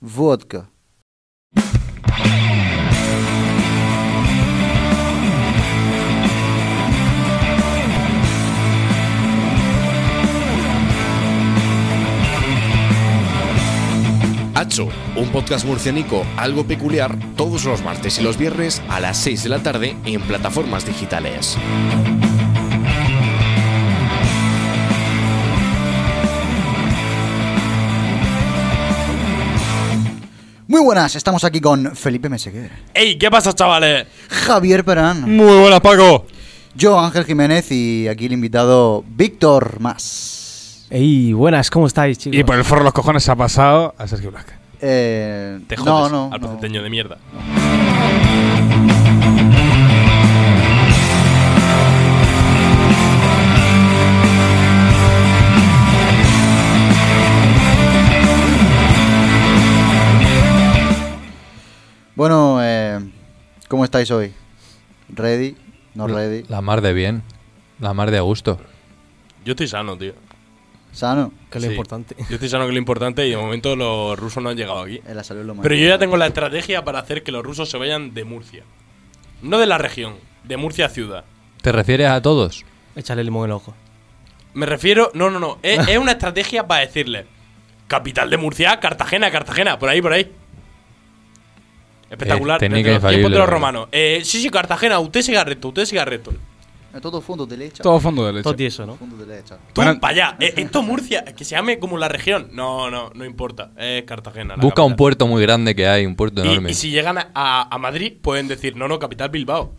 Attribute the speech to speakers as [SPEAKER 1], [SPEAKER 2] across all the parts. [SPEAKER 1] Vodka.
[SPEAKER 2] Hacho, un podcast murcianico algo peculiar todos los martes y los viernes a las 6 de la tarde en plataformas digitales.
[SPEAKER 1] Muy buenas, estamos aquí con Felipe Meseguer,
[SPEAKER 3] ¡Ey! ¿Qué pasa, chavales?
[SPEAKER 1] Javier Perán,
[SPEAKER 3] Muy buenas, Paco.
[SPEAKER 1] yo Ángel Jiménez y aquí el invitado Víctor Más.
[SPEAKER 4] Ey, buenas, ¿cómo estáis, chicos?
[SPEAKER 3] Y por el forro de los cojones se ha pasado a Sergio Blasca.
[SPEAKER 1] Eh,
[SPEAKER 3] Te jodes
[SPEAKER 1] no, no,
[SPEAKER 3] al
[SPEAKER 1] no.
[SPEAKER 3] paceteño de mierda.
[SPEAKER 1] Bueno, eh, ¿cómo estáis hoy? ¿Ready? ¿No ready?
[SPEAKER 5] La mar de bien. La mar de a gusto.
[SPEAKER 3] Yo estoy sano, tío.
[SPEAKER 1] ¿Sano?
[SPEAKER 4] que es lo
[SPEAKER 3] Sí.
[SPEAKER 4] importante.
[SPEAKER 3] Yo estoy sano, que es lo importante, y de momento los rusos no han llegado aquí.
[SPEAKER 1] En la salud lo más
[SPEAKER 3] Pero yo ya
[SPEAKER 1] importante.
[SPEAKER 3] tengo la estrategia para hacer que los rusos se vayan de Murcia. No de la región, de Murcia ciudad.
[SPEAKER 5] ¿Te refieres a todos?
[SPEAKER 4] Échale limón en el ojo.
[SPEAKER 3] Me refiero. No, no, no. Es, es una estrategia para decirle: Capital de Murcia, Cartagena, Cartagena, por ahí, por ahí. Espectacular.
[SPEAKER 5] Eh, técnica
[SPEAKER 3] desde los tiempos
[SPEAKER 5] infalible,
[SPEAKER 3] de los
[SPEAKER 5] la verdad.
[SPEAKER 3] romanos. Eh, sí, sí, Cartagena, usted siga recto, usted siga recto.
[SPEAKER 1] Eh, Todo fondo de leche.
[SPEAKER 6] Todo fondo de leche.
[SPEAKER 4] Todo tieso, ¿no?
[SPEAKER 1] Fondo de leche.
[SPEAKER 3] Tú,
[SPEAKER 6] Bueno-
[SPEAKER 3] para allá. Eh, esto Murcia, que se llame como la región. No, no, no importa. Es Cartagena. la
[SPEAKER 5] Busca un
[SPEAKER 3] capital.
[SPEAKER 5] puerto muy grande que hay, un puerto
[SPEAKER 3] Y,
[SPEAKER 5] enorme.
[SPEAKER 3] y si llegan a- a, a Madrid, pueden decir, no, no, capital Bilbao.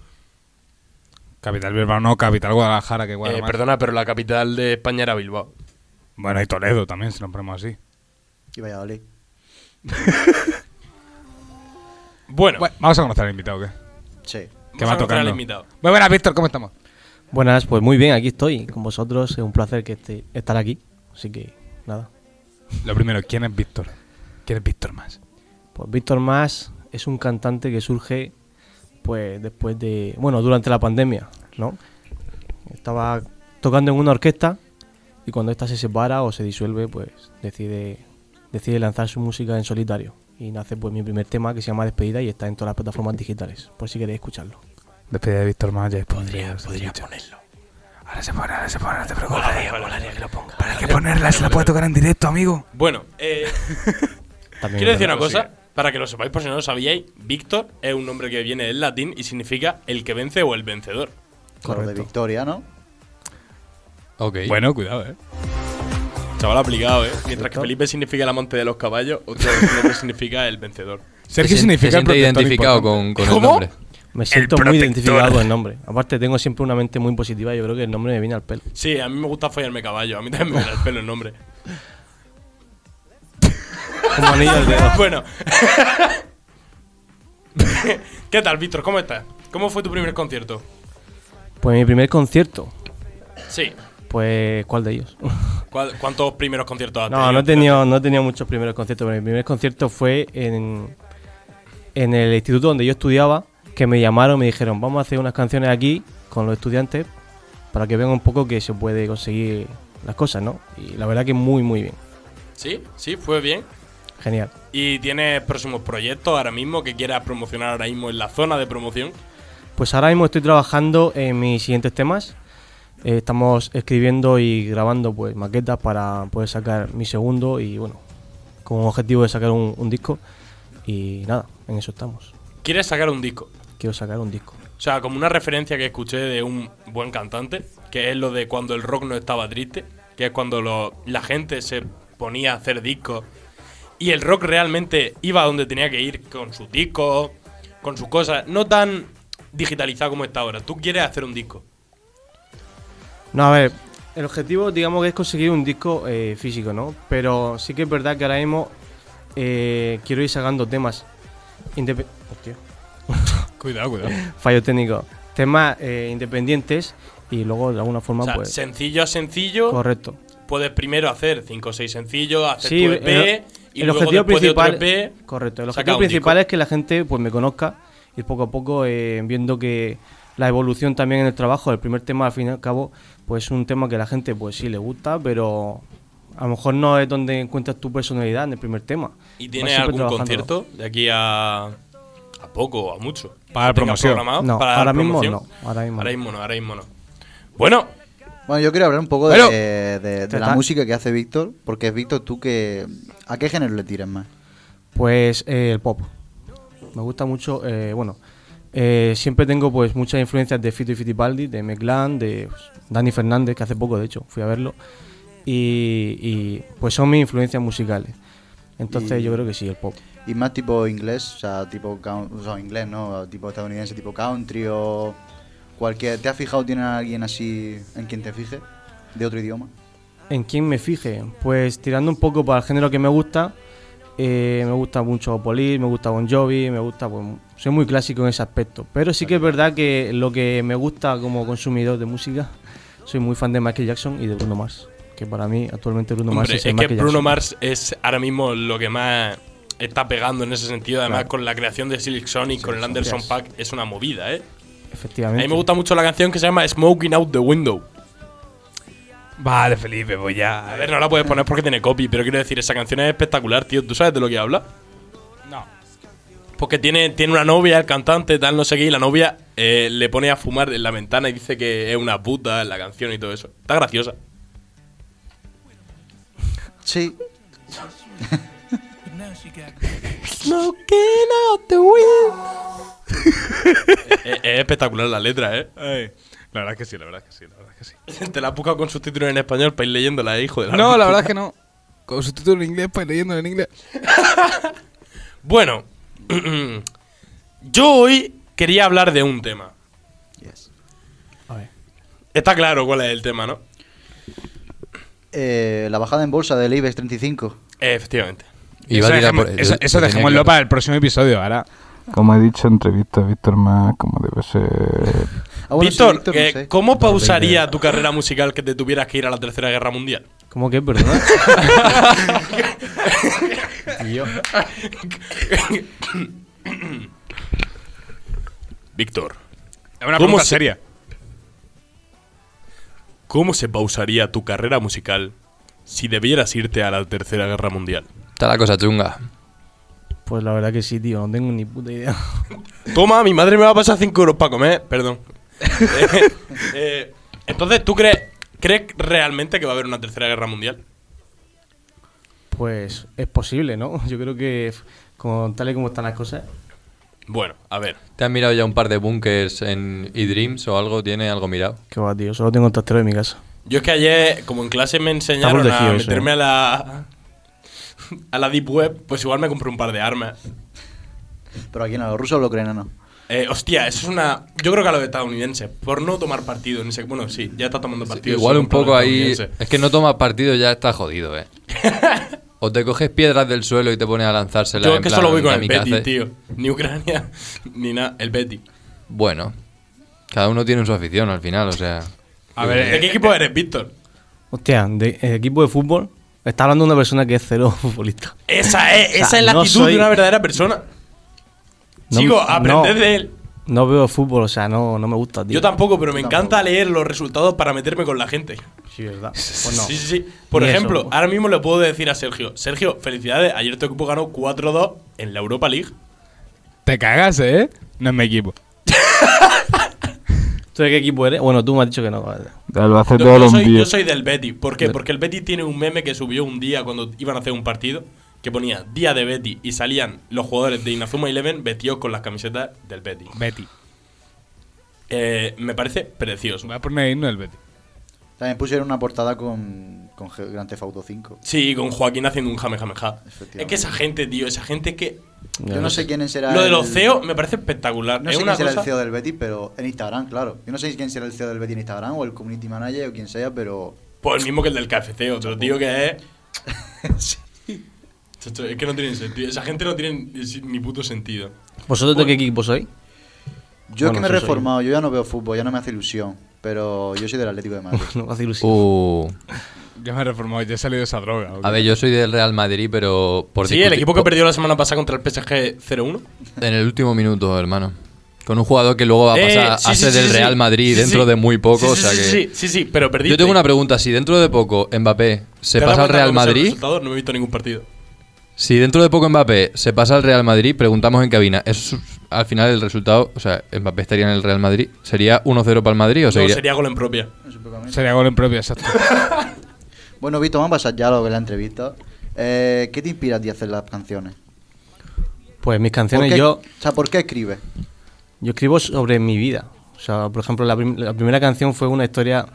[SPEAKER 6] Capital Bilbao, no, Capital Guadalajara, que
[SPEAKER 3] Eh,
[SPEAKER 6] Guadalajara.
[SPEAKER 3] perdona, pero la capital de España era Bilbao.
[SPEAKER 6] bueno, y Toledo también, si lo ponemos así.
[SPEAKER 1] Y Valladolid.
[SPEAKER 3] Bueno,
[SPEAKER 6] Bueno, vamos a conocer al invitado, ¿qué?
[SPEAKER 1] Sí.
[SPEAKER 6] Que
[SPEAKER 3] vamos
[SPEAKER 6] va
[SPEAKER 3] a conocer al
[SPEAKER 6] tocando.
[SPEAKER 3] invitado.
[SPEAKER 6] Muy buenas, Víctor, ¿cómo estamos?
[SPEAKER 4] Buenas, pues muy bien, aquí estoy con vosotros. Es un placer que esté, estar aquí. Así que, nada.
[SPEAKER 6] Lo primero, ¿quién es Víctor? ¿Quién es Víctor más?
[SPEAKER 4] Pues Víctor Más es un cantante que surge, pues después de. Bueno, durante la pandemia, ¿no? Estaba tocando en una orquesta y cuando esta se separa o se disuelve, pues decide, decide lanzar su música en solitario. Y nace pues mi primer tema que se llama Despedida y está en todas las plataformas digitales, por si queréis escucharlo.
[SPEAKER 6] Despedida de Víctor más, ya es Podría, podría ponerlo. Ahora se pone, ahora se pone, no te preocupes. ¿Para qué ponerla? Se la puede tocar en directo, amigo.
[SPEAKER 3] Bueno, eh,
[SPEAKER 4] También
[SPEAKER 3] quiero decir una
[SPEAKER 6] Prosigue.
[SPEAKER 3] cosa, para que lo sepáis, por si no lo sabíais, Víctor es un nombre que viene del latín y significa el que vence o el vencedor.
[SPEAKER 1] Claro, de
[SPEAKER 4] Correcto.
[SPEAKER 1] Victoria, ¿no?
[SPEAKER 5] Ok.
[SPEAKER 6] Bueno, cuidado, eh.
[SPEAKER 3] Chaval aplicado, ¿eh? Mientras que Felipe significa el amante de los caballos, otro nombre significa el vencedor.
[SPEAKER 5] ¿Te
[SPEAKER 6] Sergio
[SPEAKER 5] sien-
[SPEAKER 6] significa
[SPEAKER 5] te sientes
[SPEAKER 6] el protector
[SPEAKER 5] identificado
[SPEAKER 6] importante.
[SPEAKER 5] con, con el
[SPEAKER 3] ¿Cómo?
[SPEAKER 5] nombre.
[SPEAKER 4] Me siento muy identificado con el nombre. Aparte, tengo siempre una mente muy positiva y yo creo que el nombre me viene al pelo.
[SPEAKER 3] Sí, a mí me gusta follarme caballo, a mí también me da el pelo el nombre.
[SPEAKER 4] Como anillo al dedo.
[SPEAKER 3] Bueno. ¿Qué tal, Víctor? ¿Cómo estás? ¿Cómo fue tu primer concierto?
[SPEAKER 4] Pues mi primer concierto,
[SPEAKER 3] Sí.
[SPEAKER 4] pues ¿cuál de ellos?
[SPEAKER 3] ¿Cuál- ¿Cuántos primeros conciertos has
[SPEAKER 4] No,
[SPEAKER 3] tenido?
[SPEAKER 4] no he tenido, no he tenido muchos primeros conciertos, pero mi primer concierto fue en, en el instituto donde yo estudiaba, que me llamaron, me dijeron, vamos a hacer unas canciones aquí con los estudiantes para que vean un poco que se puede conseguir las cosas, ¿no? Y la verdad que muy, muy bien.
[SPEAKER 3] Sí, sí, fue bien.
[SPEAKER 4] Genial.
[SPEAKER 3] ¿Y tienes próximos proyectos ahora mismo que quieras promocionar ahora mismo en la zona de promoción?
[SPEAKER 4] Pues ahora mismo estoy trabajando en mis siguientes temas. Eh, estamos escribiendo y grabando pues maquetas para poder sacar mi segundo y bueno, con objetivo de sacar un, un disco. Y nada, en eso estamos.
[SPEAKER 3] ¿Quieres sacar un disco?
[SPEAKER 4] Quiero sacar un disco.
[SPEAKER 3] O sea, como una referencia que escuché de un buen cantante, que es lo de cuando el rock no estaba triste, que es cuando lo- la gente se ponía a hacer discos y el rock realmente iba a donde tenía que ir con sus discos, con sus cosas, no tan digitalizado como está ahora. Tú quieres hacer un disco.
[SPEAKER 4] No, a ver, el objetivo, digamos que es conseguir un disco eh, físico, ¿no? Pero sí que es verdad que ahora mismo eh, quiero ir sacando temas. indepe- Hostia,
[SPEAKER 6] Cuidado, cuidado.
[SPEAKER 4] fallo técnico. Temas eh, independientes y luego de alguna forma,
[SPEAKER 3] o sea,
[SPEAKER 4] pues.
[SPEAKER 3] sencillo a sencillo,
[SPEAKER 4] Correcto.
[SPEAKER 3] puedes primero hacer 5 o 6 sencillos, hacer
[SPEAKER 4] Sí,
[SPEAKER 3] tu EP
[SPEAKER 4] el-
[SPEAKER 3] y
[SPEAKER 4] el
[SPEAKER 3] luego
[SPEAKER 4] objetivo
[SPEAKER 3] después
[SPEAKER 4] principal.
[SPEAKER 3] de otro EP.
[SPEAKER 4] correcto. El
[SPEAKER 3] saca
[SPEAKER 4] objetivo
[SPEAKER 3] un
[SPEAKER 4] principal
[SPEAKER 3] disco.
[SPEAKER 4] es que la gente pues me conozca y poco a poco eh, viendo que la evolución también en el trabajo, el primer tema al fin y al cabo, pues es un tema que la gente pues sí le gusta, pero A lo mejor no es donde encuentras tu personalidad en el primer tema.
[SPEAKER 3] ¿Y
[SPEAKER 4] Vas
[SPEAKER 3] tiene
[SPEAKER 4] siempre
[SPEAKER 3] algún
[SPEAKER 4] trabajándolo.
[SPEAKER 3] concierto de aquí a, a poco o a mucho?
[SPEAKER 6] Para
[SPEAKER 3] ¿Que tengas
[SPEAKER 6] promoción.
[SPEAKER 3] programado?
[SPEAKER 4] No,
[SPEAKER 3] ¿Para
[SPEAKER 4] ahora mismo
[SPEAKER 3] promoción?
[SPEAKER 4] no, ahora mismo
[SPEAKER 3] Ahora
[SPEAKER 4] no.
[SPEAKER 3] mismo no, ahora mismo no. Bueno,
[SPEAKER 1] Bueno, yo quiero hablar un poco
[SPEAKER 2] Bueno.
[SPEAKER 1] de, de- de la
[SPEAKER 4] Total.
[SPEAKER 1] música que hace Víctor, porque Víctor, tú que... ¿A qué género le tiras más?
[SPEAKER 4] Pues eh, el pop. Me gusta mucho, eh, bueno, eh, siempre tengo pues muchas influencias de Fito y Fitipaldi, de Meclan, de pues, Dani Fernández, que hace poco de hecho fui a verlo. Y, y, pues son mis influencias musicales. Entonces
[SPEAKER 1] Y-
[SPEAKER 4] yo creo que sí, el pop.
[SPEAKER 1] Y más tipo inglés, o sea, tipo coun- o sea, inglés, ¿no? Tipo estadounidense, tipo country o cualquier... ¿Te has fijado, tiene alguien así en quien te fije? ¿De otro idioma?
[SPEAKER 4] ¿En quién me fije? Pues tirando un poco para el género que me gusta. eh, me gusta mucho Polis, me gusta Bon Jovi, me gusta. Pues, soy muy clásico en ese aspecto. Pero sí que es verdad que lo que me gusta como consumidor de música, soy muy fan de Michael Jackson y de Bruno Mars. Que para mí, actualmente, Bruno Mars
[SPEAKER 3] hombre,
[SPEAKER 4] es
[SPEAKER 3] es,
[SPEAKER 4] el
[SPEAKER 3] que
[SPEAKER 4] Michael
[SPEAKER 3] Bruno
[SPEAKER 4] Jackson.
[SPEAKER 3] Mars es ahora mismo lo que más está pegando en ese sentido. Además, con la creación de Silk Sonic, con el Anderson
[SPEAKER 4] yes.
[SPEAKER 3] Pack, es una movida, ¿eh? A
[SPEAKER 4] Efectivamente.
[SPEAKER 3] mí me gusta mucho la canción que se llama Smoking Out the Window.
[SPEAKER 6] Vale, Felipe, pues ya.
[SPEAKER 3] A ver, no la puedes poner porque tiene copy, pero quiero decir, esa canción es espectacular, tío. ¿Tú sabes de lo que habla? No. Porque tiene, tiene una novia, el cantante, tal, no sé qué, y la novia eh, le pone a fumar en la ventana y dice que es una puta en la canción y todo eso. Está graciosa.
[SPEAKER 1] Sí.
[SPEAKER 3] es, es espectacular la letra, ¿eh?
[SPEAKER 6] Ay, la verdad es que sí, la verdad es que sí, la verdad es que sí.
[SPEAKER 3] Te la has buscado con subtítulos en español para ir leyéndola, eh, hijo de la
[SPEAKER 6] No,
[SPEAKER 3] puta.
[SPEAKER 6] la verdad es que no. Con su título en inglés, pues leyendo en inglés.
[SPEAKER 3] Bueno, yo hoy quería hablar de un tema.
[SPEAKER 1] Yes.
[SPEAKER 4] A ver.
[SPEAKER 3] Está claro cuál es el tema, ¿no?
[SPEAKER 1] Eh, la bajada en bolsa del IBEX 35.
[SPEAKER 3] Efectivamente.
[SPEAKER 5] Iba
[SPEAKER 6] eso
[SPEAKER 5] a tirar
[SPEAKER 6] dejemos-
[SPEAKER 5] por-
[SPEAKER 6] eso-
[SPEAKER 5] lo-
[SPEAKER 6] eso
[SPEAKER 5] lo eh, tenía
[SPEAKER 6] dejémoslo
[SPEAKER 5] claro.
[SPEAKER 6] para el próximo episodio, ahora.
[SPEAKER 7] Como ha dicho, entrevista a Víctor más, como debe ser.
[SPEAKER 1] Ah, bueno, sí,
[SPEAKER 3] Víctor,
[SPEAKER 1] no
[SPEAKER 3] eh,
[SPEAKER 1] sé.
[SPEAKER 3] ¿cómo pausaría tu carrera musical que te tuvieras que ir a la Tercera Guerra Mundial?
[SPEAKER 4] ¿Cómo que, perdón?
[SPEAKER 3] Víctor,
[SPEAKER 6] Es una
[SPEAKER 3] ¿Cómo
[SPEAKER 6] pregunta
[SPEAKER 3] se-
[SPEAKER 6] seria.
[SPEAKER 3] ¿cómo se pausaría tu carrera musical si debieras irte a la Tercera Guerra Mundial?
[SPEAKER 5] Está la cosa chunga.
[SPEAKER 4] pues la verdad que sí, tío. No tengo ni puta idea.
[SPEAKER 3] Toma, mi madre me va a pasar 5 euros para comer. Perdón. Eh, eh, entonces, ¿tú crees, crees realmente que va a haber una tercera guerra mundial?
[SPEAKER 4] Pues es posible, ¿no? Yo creo que con tal y como están las cosas,
[SPEAKER 3] Bueno, a ver.
[SPEAKER 5] ¿Te has mirado ya un par de bunkers en eDreams o algo? ¿Tiene algo mirado?
[SPEAKER 4] que va, tío. Solo tengo el trastero de mi casa.
[SPEAKER 3] Yo es que ayer, como en clase me enseñaron
[SPEAKER 4] Estamos
[SPEAKER 3] a
[SPEAKER 4] tejidos, eh.
[SPEAKER 3] meterme a la. a la Deep Web, pues igual me compré un par de armas.
[SPEAKER 1] Pero aquí no, los rusos o los ucranianos.
[SPEAKER 3] Eh, hostia, eso es una. Yo creo que a los estadounidenses, por no tomar partido en ese. Bueno, sí, ya está tomando
[SPEAKER 6] Ah,
[SPEAKER 3] partido.
[SPEAKER 5] Igual
[SPEAKER 3] sí,
[SPEAKER 5] un
[SPEAKER 3] contra los
[SPEAKER 5] poco ahí.
[SPEAKER 3] estadounidenses.
[SPEAKER 5] Es que no tomas partido, ya está jodido, eh. O te coges piedras del suelo y te pones a lanzárselas.
[SPEAKER 3] Yo
[SPEAKER 5] en
[SPEAKER 3] es que
[SPEAKER 5] plan ¿eh?
[SPEAKER 3] solo voy con el
[SPEAKER 5] kamikaze.
[SPEAKER 3] Betty, tío. Ni Ucrania, ni nada. El Betty.
[SPEAKER 5] Bueno, cada uno tiene su afición al final, o sea.
[SPEAKER 6] A ver,
[SPEAKER 4] eh,
[SPEAKER 3] ¿De qué equipo eres, Víctor?
[SPEAKER 4] Hostia, de eh, equipo de fútbol, está hablando una persona que es cero futbolista.
[SPEAKER 3] Esa es,
[SPEAKER 4] eh, sea,
[SPEAKER 3] esa es la
[SPEAKER 4] no
[SPEAKER 3] actitud
[SPEAKER 4] soy-
[SPEAKER 3] de una verdadera persona.
[SPEAKER 4] No
[SPEAKER 3] Chico,
[SPEAKER 4] me-
[SPEAKER 3] aprended
[SPEAKER 4] no.
[SPEAKER 3] de él.
[SPEAKER 4] No veo fútbol, o sea, no, no me gusta, tío.
[SPEAKER 3] Yo tampoco, pero me encanta leer los resultados para meterme con la gente.
[SPEAKER 4] Sí, ¿verdad? Pues no.
[SPEAKER 3] Sí, sí, sí. Por
[SPEAKER 4] Ni
[SPEAKER 3] ejemplo,
[SPEAKER 4] eso.
[SPEAKER 3] ahora mismo le puedo decir a Sergio, Sergio, felicidades, ayer tu equipo ganó 4-2 en la Europa League.
[SPEAKER 6] Te cagas, ¿eh? No es mi equipo.
[SPEAKER 4] ¿Tú de qué equipo eres? Bueno, tú me has dicho que no. vale.
[SPEAKER 7] De Albacete
[SPEAKER 3] No,
[SPEAKER 7] a
[SPEAKER 3] yo,
[SPEAKER 7] los
[SPEAKER 3] soy, yo
[SPEAKER 7] 10.
[SPEAKER 3] soy del Betty. ¿Por qué? Porque el Betty tiene un meme que subió un día cuando iban a hacer un partido que ponía Día de Betty y salían los jugadores de Inazuma Eleven vestidos con las camisetas del Betty.
[SPEAKER 6] Betty.
[SPEAKER 3] Eh, me parece precioso.
[SPEAKER 6] Voy a poner himno del Betty.
[SPEAKER 1] También pusieron una portada con, con Ge- Grand Theft Auto 5.
[SPEAKER 3] Sí, con Joaquín haciendo un jame jame ja.
[SPEAKER 1] Efectivamente.
[SPEAKER 3] Es que esa gente, tío, esa gente que.
[SPEAKER 1] Yo no sé quién será
[SPEAKER 3] Lo de los
[SPEAKER 1] el-
[SPEAKER 3] CEO me parece espectacular.
[SPEAKER 1] No
[SPEAKER 3] Ah, es
[SPEAKER 1] sé
[SPEAKER 3] una
[SPEAKER 1] quién será
[SPEAKER 3] cosa-
[SPEAKER 1] el CEO del Betis, pero en Instagram, claro. Yo no sé quién será el CEO del Betis en Instagram o el community manager o quien sea, pero
[SPEAKER 3] Pues el mismo que el del KFC, otro tío que es. Chacho, Es que no tiene sentido. Esa gente no tiene ni- ni puto sentido.
[SPEAKER 4] ¿Vosotros
[SPEAKER 3] Pues-
[SPEAKER 4] de qué equipo sois?
[SPEAKER 1] yo
[SPEAKER 4] Bueno,
[SPEAKER 1] que me he
[SPEAKER 4] eso soy
[SPEAKER 1] reformado, yo ya no veo fútbol, ya no me hace ilusión, pero yo soy del Atlético de Madrid.
[SPEAKER 4] Pues No me hace ilusión.
[SPEAKER 5] Uh,
[SPEAKER 6] Ya me he reformado, ya he salido de esa droga.
[SPEAKER 5] a ver, yo soy del Real Madrid, pero. Por
[SPEAKER 3] Sí, el
[SPEAKER 5] discutir-
[SPEAKER 3] equipo que perdió la semana pasada contra el PSG 0-1.
[SPEAKER 5] En el último minuto, hermano. Con un jugador que luego va a
[SPEAKER 3] Eh,
[SPEAKER 5] pasar
[SPEAKER 3] sí,
[SPEAKER 5] a
[SPEAKER 3] sí,
[SPEAKER 5] ser
[SPEAKER 3] sí,
[SPEAKER 5] del
[SPEAKER 3] sí.
[SPEAKER 5] Real Madrid
[SPEAKER 3] Sí,
[SPEAKER 5] dentro
[SPEAKER 3] sí.
[SPEAKER 5] de muy poco.
[SPEAKER 3] Sí,
[SPEAKER 5] o sea
[SPEAKER 3] sí,
[SPEAKER 5] que...
[SPEAKER 3] Sí, sí, sí, pero perdiste.
[SPEAKER 5] Yo tengo una pregunta. Si dentro de poco Mbappé se
[SPEAKER 3] ¿Te has dado
[SPEAKER 5] pasa al
[SPEAKER 3] cuenta
[SPEAKER 5] Real
[SPEAKER 3] cómo son los
[SPEAKER 5] Madrid,
[SPEAKER 3] resultados? No me he visto ningún partido.
[SPEAKER 5] si dentro de poco Mbappé se pasa al Real Madrid, preguntamos en cabina. ¿Es al final el resultado? O sea, Mbappé estaría en el Real Madrid. ¿Sería 1-0 para el Madrid o
[SPEAKER 3] No,
[SPEAKER 5] seguiría?
[SPEAKER 3] sería gol en propia.
[SPEAKER 6] Sería gol en propio, exacto.
[SPEAKER 1] Bueno, Vito, vamos a pasar ya a lo que es la entrevista. Eh, ¿Qué te inspira a ti a hacer las canciones?
[SPEAKER 3] Oh.
[SPEAKER 4] Pues mis
[SPEAKER 1] ¿Por
[SPEAKER 4] canciones
[SPEAKER 1] qué,
[SPEAKER 4] yo,
[SPEAKER 1] O sea, ¿por qué escribes?
[SPEAKER 4] yo escribo sobre mi vida. O sea, por ejemplo, la, prim- la primera canción fue una historia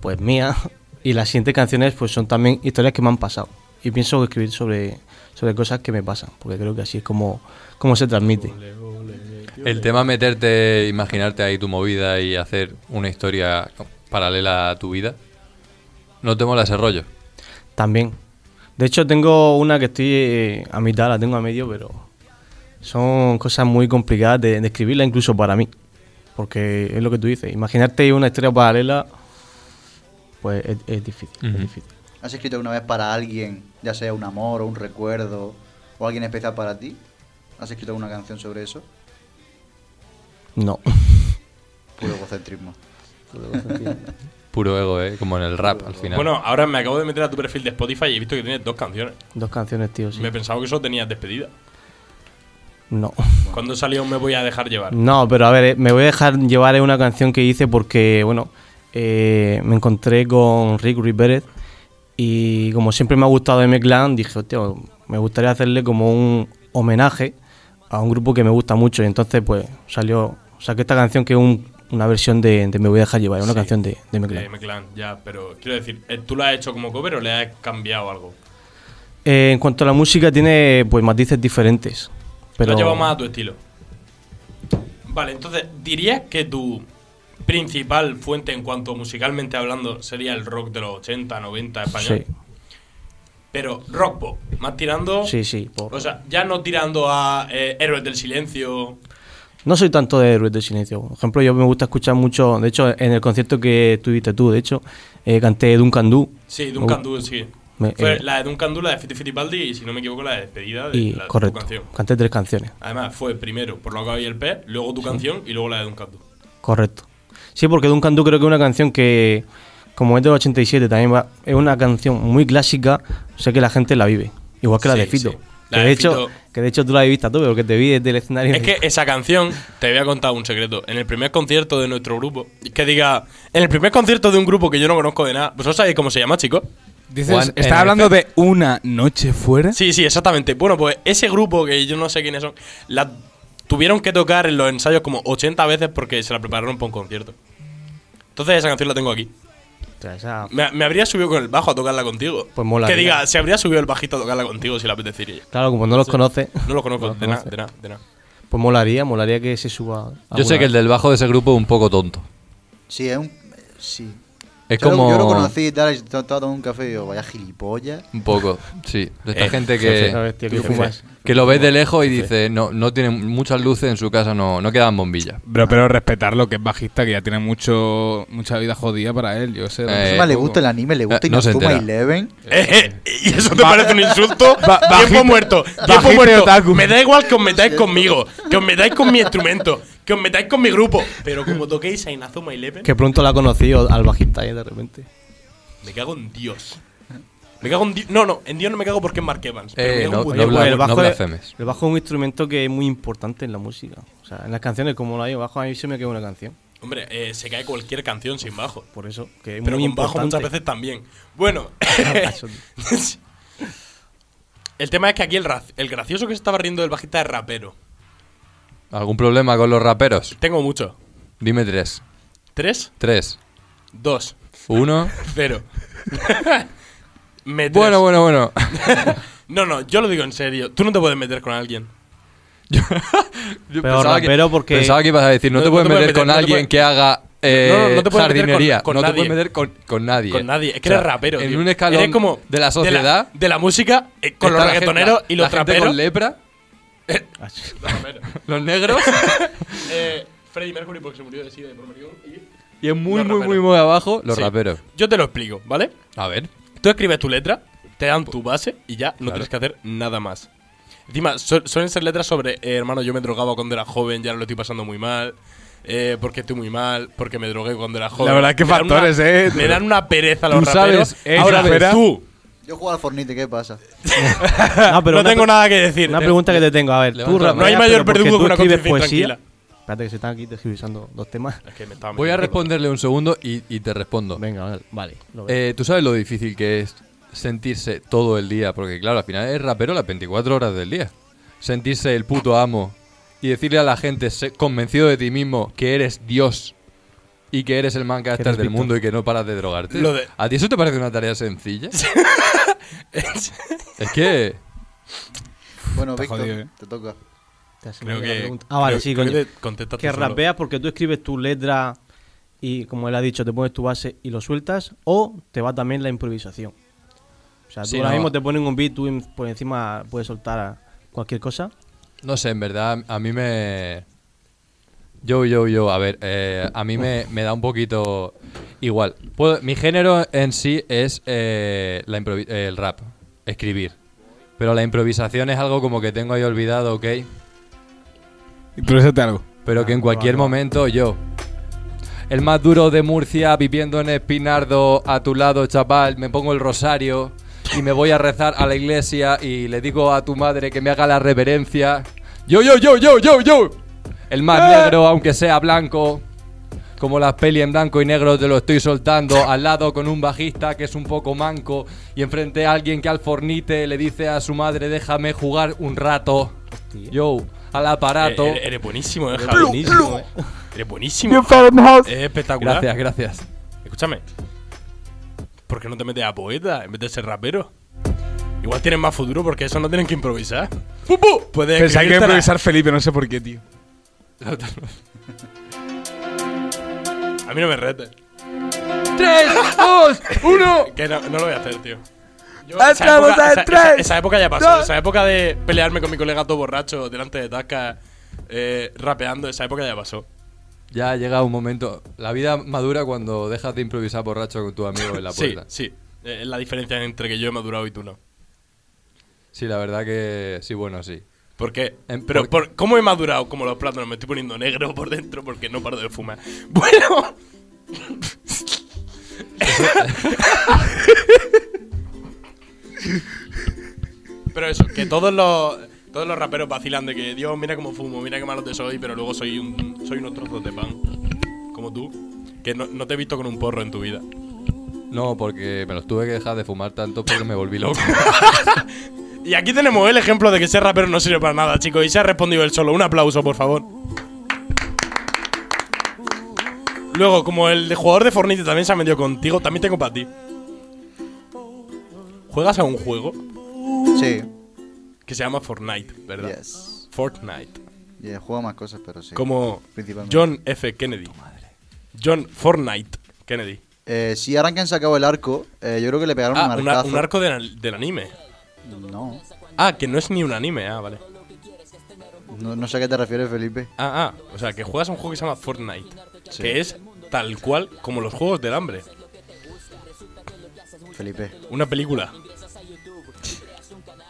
[SPEAKER 4] pues mía y las siguientes canciones pues son también historias que me han pasado. Y pienso escribir sobre, sobre cosas que me pasan, porque creo que así es como, como se transmite.
[SPEAKER 5] El tema es meterte, imaginarte ahí tu movida y hacer una historia paralela a tu vida. No te mola ese rollo.
[SPEAKER 4] También. De hecho, tengo una que estoy eh, a mitad, la tengo a medio, pero son cosas muy complicadas de, de escribirla, incluso para mí. Porque es lo que tú dices. Imaginarte una historia paralela, pues es, es difícil. es
[SPEAKER 5] Ujú.
[SPEAKER 4] difícil.
[SPEAKER 1] ¿Has escrito alguna vez para alguien, ya sea un amor o un recuerdo o alguien especial para ti? ¿Has escrito alguna canción sobre eso?
[SPEAKER 4] No.
[SPEAKER 1] Puro egocentrismo.
[SPEAKER 5] Puro ego, ¿eh? Como en el rap al final.
[SPEAKER 3] Bueno, ahora me acabo de meter a tu perfil de Spotify y he visto que tienes dos canciones.
[SPEAKER 4] Dos canciones, tío, sí.
[SPEAKER 3] Me pensaba que eso tenías despedida.
[SPEAKER 4] No.
[SPEAKER 3] Cuando salió Me Voy a Dejar Llevar.
[SPEAKER 4] No, pero a ver, eh, me voy a dejar llevar en una canción que hice porque, bueno, eh, me encontré con Rick Riveret y como siempre me ha gustado M-Clan, dije, hostia, me gustaría hacerle como un homenaje a un grupo que me gusta mucho. Y entonces, pues, salió, saqué esta canción que es un- una versión de, de Me voy a dejar llevar, es una
[SPEAKER 3] Sí,
[SPEAKER 4] canción de, de M-Clan.
[SPEAKER 3] De M-Clan, Eh, ya, pero quiero decir, eh, ¿tú la has hecho como cover o le has cambiado algo?
[SPEAKER 4] Eh, en cuanto a la música, tiene, pues, matices diferentes. Pero
[SPEAKER 3] Lo has llevado más a tu estilo. Vale, entonces, ¿dirías que tu principal fuente en cuanto musicalmente hablando sería el rock de los 80, 90 español?
[SPEAKER 4] Sí,
[SPEAKER 3] Pero rock pop, más tirando.
[SPEAKER 4] sí, sí. por-
[SPEAKER 3] O sea, ya no tirando a eh, Héroes del Silencio.
[SPEAKER 4] No soy tanto de Héroes del Silencio. Por ejemplo, yo me gusta escuchar mucho. De hecho, en el concierto que tuviste tú, de hecho, eh, canté Duncan Du.
[SPEAKER 3] Sí,
[SPEAKER 4] Me
[SPEAKER 3] Duncan
[SPEAKER 4] gu-
[SPEAKER 3] Du, sí.
[SPEAKER 4] Uh. me-
[SPEAKER 3] Fue
[SPEAKER 4] eh,
[SPEAKER 3] la de Duncan Du, la de Fiti Fitipaldi y, si no me equivoco, la de despedida de
[SPEAKER 4] Y
[SPEAKER 3] la, de tu
[SPEAKER 4] correcto,
[SPEAKER 3] canción.
[SPEAKER 4] canté tres canciones.
[SPEAKER 3] Además, fue primero por lo que había el P, luego tu canción y luego la de Duncan Du.
[SPEAKER 4] Correcto. Sí, porque Duncan Du creo que es una canción que, como es del 87, también va- es una canción muy clásica. Sé que la gente la vive. Igual que la
[SPEAKER 3] Sí,
[SPEAKER 4] de Fito.
[SPEAKER 3] sí. La
[SPEAKER 4] Que,
[SPEAKER 3] de
[SPEAKER 4] de hecho,
[SPEAKER 3] Fito-
[SPEAKER 4] que de hecho tú la viviste tú, porque te vi desde el escenario.
[SPEAKER 3] Es que esa canción, te voy a contar un secreto. En el primer concierto de nuestro grupo, que diga, en el primer concierto de un grupo que yo no conozco de nada, ¿vosotros sabéis cómo se llama, chicos?
[SPEAKER 5] Juan,
[SPEAKER 6] Dices,
[SPEAKER 5] en
[SPEAKER 6] ¿estás hablando
[SPEAKER 5] efecto.
[SPEAKER 6] de una noche
[SPEAKER 4] ¿Eh?
[SPEAKER 6] fuera?
[SPEAKER 3] Sí, sí, exactamente. Bueno, pues ese grupo, que yo no sé quiénes son, la tuvieron que tocar en los ensayos como 80 veces porque se la prepararon para un concierto. Entonces esa canción la tengo aquí.
[SPEAKER 4] Ostras, esa-
[SPEAKER 3] Me, me habría subido con el bajo a tocarla contigo.
[SPEAKER 4] Pues mola,
[SPEAKER 3] Que
[SPEAKER 4] tío.
[SPEAKER 3] diga, se habría subido el bajito a tocarla contigo si la apetecería.
[SPEAKER 4] Claro, como no los conoces,
[SPEAKER 3] No lo conozco,
[SPEAKER 4] No lo
[SPEAKER 3] de nada,
[SPEAKER 4] conoce.
[SPEAKER 3] de nada, de nada.
[SPEAKER 4] pues molaría, molaría que se suba.
[SPEAKER 5] Yo sé
[SPEAKER 4] alguna-
[SPEAKER 5] que el del bajo de ese grupo es un poco tonto.
[SPEAKER 1] Sí, es un... eh, Sí.
[SPEAKER 5] Es
[SPEAKER 1] yo, lo-
[SPEAKER 5] como. Eh,
[SPEAKER 1] yo lo conocí y tal, y estaba tomando un café y digo, vaya gilipollas.
[SPEAKER 5] Un poco, sí. De esta
[SPEAKER 3] Eh,
[SPEAKER 5] gente
[SPEAKER 4] jefe, no,
[SPEAKER 5] que,
[SPEAKER 4] bestia, que fumas.
[SPEAKER 5] que lo ves de lejos y dice, no, no tiene muchas luces en su casa, no, no quedan bombillas.
[SPEAKER 6] Pero, pero respetar lo que es bajista, que ya tiene mucho mucha vida jodida para él, yo sé.
[SPEAKER 5] Eh,
[SPEAKER 1] Encima le
[SPEAKER 6] poco.
[SPEAKER 1] gusta el anime, le gusta
[SPEAKER 5] Eh, no se
[SPEAKER 1] Inazuma
[SPEAKER 5] entera.
[SPEAKER 1] Eleven.
[SPEAKER 3] Eh, eh, ¿Y eso te parece un insulto?
[SPEAKER 6] bajito-
[SPEAKER 3] tiempo muerto. Tiempo
[SPEAKER 6] bajito
[SPEAKER 3] muerto.
[SPEAKER 6] otaku.
[SPEAKER 3] Me da igual que os metáis conmigo, que os metáis con mi instrumento, que os metáis con mi grupo. Pero como toquéis a Inazuma Eleven,
[SPEAKER 4] Que pronto la conocí o- al bajista eh, de repente.
[SPEAKER 3] me cago en Dios. Me cago en Dios. No, no, en Dios no me cago porque es Mark Evans. pero
[SPEAKER 5] Eh,
[SPEAKER 3] me cago en
[SPEAKER 5] no,
[SPEAKER 3] Dios.
[SPEAKER 5] no,
[SPEAKER 4] Oye,
[SPEAKER 5] bla-
[SPEAKER 4] pues el bajo
[SPEAKER 5] no
[SPEAKER 4] es-
[SPEAKER 5] blasfemes.
[SPEAKER 4] El bajo es un instrumento que es muy importante en la música. O sea, en las canciones, como no hay bajo, a mí se me queda una canción.
[SPEAKER 3] Hombre, eh, se cae cualquier canción sin bajo.
[SPEAKER 4] Por eso, que es
[SPEAKER 3] Pero
[SPEAKER 4] muy
[SPEAKER 3] con bajo
[SPEAKER 4] importante.
[SPEAKER 3] muchas veces también. Bueno,
[SPEAKER 4] Eso-
[SPEAKER 3] el tema es que aquí el, raz- el gracioso que se estaba riendo del bajista es rapero.
[SPEAKER 5] ¿Algún problema con los raperos?
[SPEAKER 3] Tengo mucho.
[SPEAKER 5] Dime tres.
[SPEAKER 3] Tres,
[SPEAKER 5] Tres.
[SPEAKER 3] dos,
[SPEAKER 5] Uno.
[SPEAKER 3] cero. Me tres.
[SPEAKER 5] Bueno, bueno, bueno.
[SPEAKER 3] No, no, yo lo digo en serio. Tú no te puedes meter con alguien.
[SPEAKER 5] Yo
[SPEAKER 4] Pero
[SPEAKER 5] pensaba que-
[SPEAKER 4] rapero porque-
[SPEAKER 5] Pensaba que ibas a decir, no,
[SPEAKER 3] No-
[SPEAKER 5] te
[SPEAKER 3] no
[SPEAKER 5] puedes
[SPEAKER 3] te puedes
[SPEAKER 5] meter
[SPEAKER 3] meter,
[SPEAKER 5] con
[SPEAKER 3] no te
[SPEAKER 5] alguien
[SPEAKER 3] puedes-
[SPEAKER 5] que haga eh,
[SPEAKER 3] No, no, no te puedes meter con-
[SPEAKER 5] jardinería.
[SPEAKER 3] con
[SPEAKER 5] no te
[SPEAKER 3] nadie.
[SPEAKER 5] puedes meter con, con nadie.
[SPEAKER 3] Con nadie. Es que
[SPEAKER 5] O sea,
[SPEAKER 3] eres rapero.
[SPEAKER 5] En
[SPEAKER 3] tío.
[SPEAKER 5] un escalón
[SPEAKER 3] Eres como
[SPEAKER 5] de la sociedad.
[SPEAKER 3] De la, música, eh, con los
[SPEAKER 5] está la gente-
[SPEAKER 3] reggaetoneros
[SPEAKER 5] la-
[SPEAKER 3] y los
[SPEAKER 5] la gente
[SPEAKER 3] traperos.
[SPEAKER 5] con lepra, Ah, los negros.
[SPEAKER 3] eh, Freddie Mercury, porque se murió de sida de por maricón, y-
[SPEAKER 5] y es muy,
[SPEAKER 3] Los
[SPEAKER 5] muy, muy,
[SPEAKER 3] raperos.
[SPEAKER 5] muy abajo los
[SPEAKER 3] Sí.
[SPEAKER 5] raperos.
[SPEAKER 3] Yo te lo explico, ¿vale?
[SPEAKER 5] A ver.
[SPEAKER 3] Tú escribes tu letra, te dan tu base y ya no
[SPEAKER 5] Claro.
[SPEAKER 3] tienes que hacer nada más. Encima, su- suelen ser letras sobre, eh, hermano, yo me drogaba cuando era joven, ya lo estoy pasando muy mal. Eh, porque estoy muy mal, porque me drogué cuando era joven.
[SPEAKER 8] verdad es que
[SPEAKER 3] Me dan
[SPEAKER 8] factores,
[SPEAKER 3] una-
[SPEAKER 8] eh.
[SPEAKER 3] Me dan una pereza
[SPEAKER 8] Tú
[SPEAKER 3] los raperos.
[SPEAKER 8] sabes, eh,
[SPEAKER 3] Ahora,
[SPEAKER 8] Rafera.
[SPEAKER 3] tú.
[SPEAKER 1] Yo juego al Fornite, ¿qué pasa?
[SPEAKER 4] No, pero
[SPEAKER 3] no
[SPEAKER 4] una
[SPEAKER 3] tengo
[SPEAKER 4] pre-
[SPEAKER 3] nada que decir. eh.
[SPEAKER 4] Una pregunta que te tengo, a ver.
[SPEAKER 5] Levanta la mano.
[SPEAKER 3] No hay mayor verdugo que una
[SPEAKER 4] poesía.
[SPEAKER 3] conciencia
[SPEAKER 4] Espérate que se están aquí describizando dos temas.
[SPEAKER 3] Es que me estaba
[SPEAKER 5] Voy a
[SPEAKER 3] metiendo-
[SPEAKER 5] responderle un segundo y, y te respondo.
[SPEAKER 4] Venga, vale, vale. lo veo.
[SPEAKER 5] Eh, ¿Tú sabes lo difícil que es sentirse todo el día? Porque claro, al final es rapero las 24 horas del día. Sentirse el puto amo y decirle a la gente se- convencido de ti mismo que eres Dios y que eres el man
[SPEAKER 4] eres
[SPEAKER 5] gangster del
[SPEAKER 4] Víctor.
[SPEAKER 5] mundo y que no paras de drogarte.
[SPEAKER 3] Lo de-
[SPEAKER 5] ¿A ti eso te parece una tarea sencilla? es que...
[SPEAKER 1] Bueno,
[SPEAKER 8] Está
[SPEAKER 1] Víctor,
[SPEAKER 8] jodido, eh.
[SPEAKER 1] te toca.
[SPEAKER 4] Te has
[SPEAKER 3] Creo
[SPEAKER 4] olvidado la
[SPEAKER 3] que.
[SPEAKER 4] pregunta. Ah, vale,
[SPEAKER 3] creo-
[SPEAKER 4] sí,
[SPEAKER 3] creo
[SPEAKER 4] coño.
[SPEAKER 3] que contestas
[SPEAKER 4] Que
[SPEAKER 3] tú solo.
[SPEAKER 4] rapeas porque tú escribes tu letra y, como él ha dicho, te pones tu base y lo sueltas, o te va también la improvisación. O sea, tú
[SPEAKER 5] Sí,
[SPEAKER 4] ahora
[SPEAKER 5] no.
[SPEAKER 4] mismo te ponen un beat, tú en- por encima puedes soltar cualquier cosa.
[SPEAKER 5] No sé, en verdad, a mí me. Yo, yo, yo, a ver, eh, a mí me, me da un poquito igual. Puedo- mi género en sí es eh, la improvi- eh, el rap, escribir. Pero la improvisación es algo como que tengo ahí olvidado, ok.
[SPEAKER 8] Improvisate algo.
[SPEAKER 5] Pero que en cualquier momento yo. El más duro de Murcia, viviendo en Espinardo, a tu lado, chaval, me pongo el rosario y me voy a rezar a la iglesia y le digo a tu madre que me haga la reverencia. Yo, yo, yo, yo, yo, yo. El más negro, aunque sea blanco. Como las peli en blanco y negro te lo estoy soltando al lado con un bajista que es un poco manco y enfrente a alguien que al fornite le dice a su madre déjame jugar un rato. Yo, al aparato.
[SPEAKER 3] Eh, eres- Eres buenísimo, eh, Javi. Buenísimo, eh. Eres buenísimo. Es espectacular.
[SPEAKER 5] Gracias, gracias.
[SPEAKER 3] Escúchame. ¿Por qué no te metes a poeta en vez de ser rapero? Igual tienes más futuro porque eso no tienen que improvisar. ¡Pum, pum!
[SPEAKER 8] Pensaba que
[SPEAKER 3] Puedes
[SPEAKER 8] iba a
[SPEAKER 3] escribírtela.
[SPEAKER 8] improvisar Felipe, no sé por qué, tío.
[SPEAKER 3] A mí no me retes.
[SPEAKER 5] ¡Tres, dos, uno!
[SPEAKER 3] Que no, no lo voy a hacer, tío. Yo-
[SPEAKER 8] ¡Entra,
[SPEAKER 3] esa, época,
[SPEAKER 8] bota,
[SPEAKER 3] esa-
[SPEAKER 8] entra!
[SPEAKER 3] esa- esa época ya pasó.
[SPEAKER 8] ¡No!
[SPEAKER 3] Esa época de pelearme con mi colega todo borracho delante de Tasca, eh, rapeando, esa época ya pasó.
[SPEAKER 5] Ya ha llegado un momento. La vida madura cuando dejas de improvisar borracho con tus amigos en la
[SPEAKER 3] sí,
[SPEAKER 5] puerta.
[SPEAKER 3] sí. Eh, Es la diferencia entre que yo he madurado y tú no.
[SPEAKER 5] Sí, la verdad que sí, bueno, sí.
[SPEAKER 3] ¿Por qué?
[SPEAKER 5] Em,
[SPEAKER 3] Pero,
[SPEAKER 5] por-
[SPEAKER 3] por- ¿cómo he madurado? Como los plátanos, me estoy poniendo negro por dentro porque no paro de fumar. Bueno, pero eso, que todos los, todos los raperos vacilan de que, Dios, mira cómo fumo, mira qué malo te soy, pero luego soy, un, soy unos trozos de pan. Como tú, que no, no te he visto con un porro en tu vida.
[SPEAKER 5] No, porque me los tuve que dejar de fumar tanto porque me volví loco.
[SPEAKER 3] Y aquí tenemos el ejemplo de que ser rapero no sirve para nada, chicos. Y se ha respondido él solo. Un aplauso, por favor. Luego, como el de jugador de Fortnite también se ha metido contigo, también tengo para ti. ¿Juegas a un juego
[SPEAKER 1] Sí.
[SPEAKER 3] que se llama Fortnite, verdad?
[SPEAKER 1] Yes.
[SPEAKER 3] Fortnite.
[SPEAKER 1] Y juego más cosas, pero sí.
[SPEAKER 3] Como
[SPEAKER 1] Principalmente.
[SPEAKER 3] John F. Kennedy. John Fortnite Kennedy.
[SPEAKER 1] Eh, sí, ahora que han sacado el arco, eh, yo creo que le pegaron
[SPEAKER 3] Ah,
[SPEAKER 1] un
[SPEAKER 3] una-
[SPEAKER 1] arcazo.
[SPEAKER 3] un arco del, del anime.
[SPEAKER 1] No.
[SPEAKER 3] Ah, que no es ni un anime, ah, vale.
[SPEAKER 1] no. no sé a qué te refieres, Felipe.
[SPEAKER 3] Ah, ah, o sea, que juegas a un juego que se llama Fortnite,
[SPEAKER 1] Sí.
[SPEAKER 3] que es tal cual como los juegos del hambre.
[SPEAKER 1] Felipe.
[SPEAKER 3] Una película.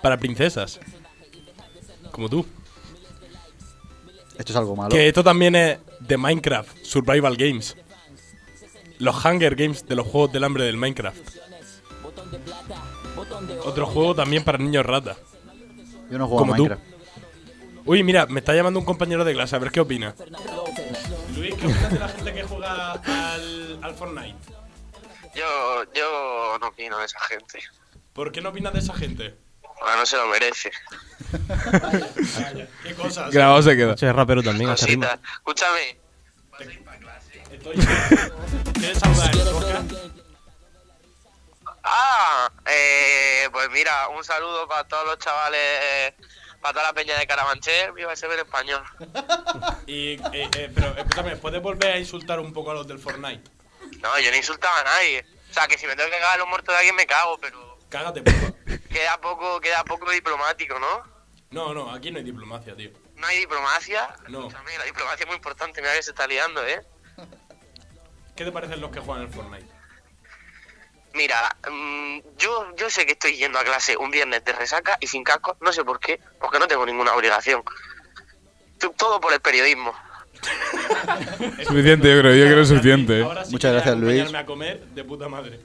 [SPEAKER 3] Para princesas. Como tú.
[SPEAKER 1] Esto es algo malo.
[SPEAKER 3] Que esto también es de Minecraft, Survival Games. Los Hunger Games de los juegos del hambre del Minecraft. Otro juego también para niños rata.
[SPEAKER 1] Yo no juego a
[SPEAKER 3] Como tú.
[SPEAKER 1] Minecraft.
[SPEAKER 3] Uy, mira, me está llamando un compañero de clase, a ver qué opina. Luis, ¿qué opinas de la gente que juega al, al Fortnite?
[SPEAKER 9] Yo, yo no opino de esa gente.
[SPEAKER 3] ¿Por qué no opinas de esa gente?
[SPEAKER 9] Ahora no se lo merece.
[SPEAKER 3] ¿Qué cosas?
[SPEAKER 8] Grabado se queda.
[SPEAKER 4] Ese es rapero también, este hace rima.
[SPEAKER 9] Cosita. Escúchame.
[SPEAKER 3] Estoy... ¿Quieres saludar el podcast?
[SPEAKER 9] Ah, eh, pues mira, un saludo para todos los chavales, para toda la peña de Carabanchel. Viva ese en español.
[SPEAKER 3] Y, eh, eh, pero escúchame, ¿puedes volver a insultar un poco a los del Fortnite?
[SPEAKER 9] No, yo no insultaba a nadie. O sea, que si me tengo que cagar los muertos de alguien me cago, pero
[SPEAKER 3] Cágate, puto.
[SPEAKER 9] queda poco, queda poco diplomático, ¿no?
[SPEAKER 3] No, no, aquí no hay diplomacia, tío.
[SPEAKER 9] No hay diplomacia.
[SPEAKER 3] No.
[SPEAKER 9] Escúchame, la diplomacia es muy importante, mira que se está liando, ¿eh?
[SPEAKER 3] ¿Qué te parecen los que juegan al Fortnite?
[SPEAKER 9] Mira, mm, yo, yo sé que estoy yendo a clase un viernes de resaca y sin casco, no sé por qué, porque no tengo ninguna obligación. Tú- Todo por el periodismo.
[SPEAKER 6] Suficiente, yo creo, yo creo que es suficiente.
[SPEAKER 3] Ahora sí
[SPEAKER 1] Muchas
[SPEAKER 3] que
[SPEAKER 1] gracias,
[SPEAKER 3] ya
[SPEAKER 1] Luis.
[SPEAKER 3] acompañarme a comer de puta madre.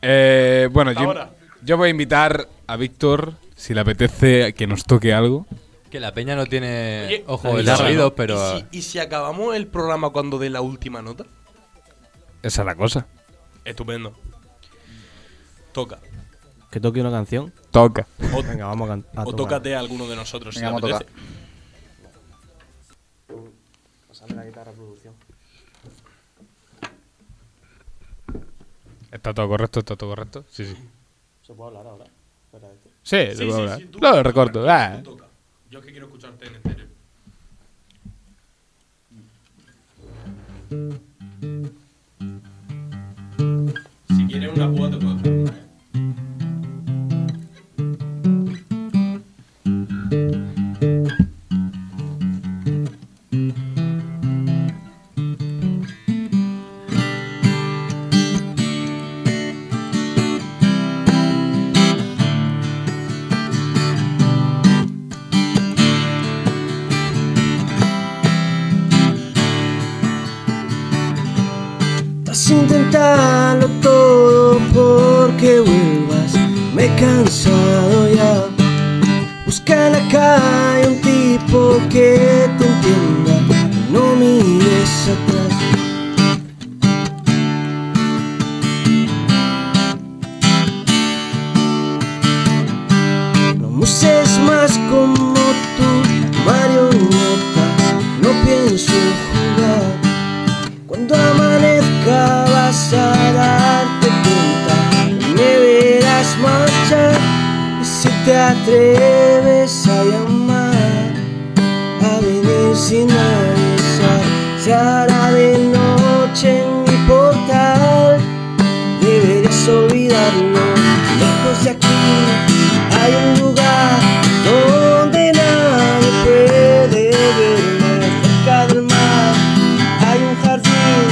[SPEAKER 6] Eh, bueno, yo,
[SPEAKER 3] Ahora.
[SPEAKER 6] yo voy a invitar a Víctor, si le apetece, que nos toque algo.
[SPEAKER 5] Que la peña no tiene
[SPEAKER 3] Oye,
[SPEAKER 5] Eh, ojo
[SPEAKER 3] la
[SPEAKER 5] de los
[SPEAKER 3] guitarra,
[SPEAKER 5] oídos,
[SPEAKER 3] ¿no?
[SPEAKER 5] pero. ah.
[SPEAKER 3] ¿Y si, y si acabamos el programa cuando dé la última nota?
[SPEAKER 6] Esa es la cosa.
[SPEAKER 3] Estupendo. Toca.
[SPEAKER 10] Que toque una canción.
[SPEAKER 6] Toca.
[SPEAKER 3] O,
[SPEAKER 10] Venga, vamos a, can- a
[SPEAKER 3] o
[SPEAKER 10] tocar.
[SPEAKER 3] tócate a alguno de nosotros. si
[SPEAKER 1] Venga,
[SPEAKER 3] te
[SPEAKER 1] vamos a tocar.
[SPEAKER 3] apetece.
[SPEAKER 6] ¿Está todo correcto? ¿Está todo correcto? Sí, sí. ¿Se puede hablar ahora? Sí, se puede hablar. Luego lo recorto. ah.
[SPEAKER 3] Tú toca. Yo es que quiero escucharte en entero. Si quieres una púa, te puedo hacer una, ¿eh?
[SPEAKER 4] Tras intentarlo todo porque vuelvas, me he cansado ya. Busca en la calle un tipo que te entienda, no mires atrás. No me uses más como tu marioneta, no pienso jugar. Cuando amanezca vas a darte cuenta que me verás marchar y si te atreves a llamar a venir sin avisar se hará de noche en mi portal deberías olvidarlo lejos de aquí hay un lugar donde nadie puede verme cerca del mar hay un jardín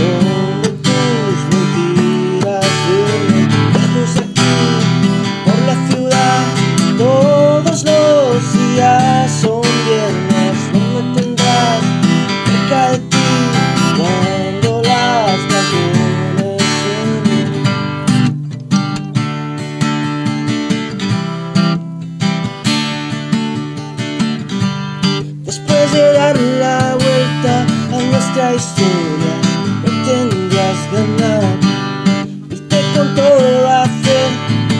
[SPEAKER 4] donde tus mentiras duermen lejos de aquí por la ciudad todos los días son viernes no me tendrás cerca de ti cuando las canciones suenen Después de dar la vuelta a nuestra historia, no tendrás ganar. Viste con todo hacer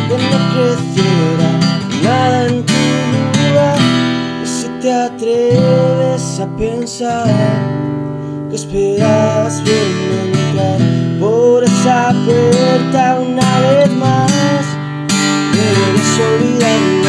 [SPEAKER 4] que no creciera nada en tu lugar. Y si te atreves a pensar que esperabas verme entrar por esa puerta una vez más, deberías olvidarlo.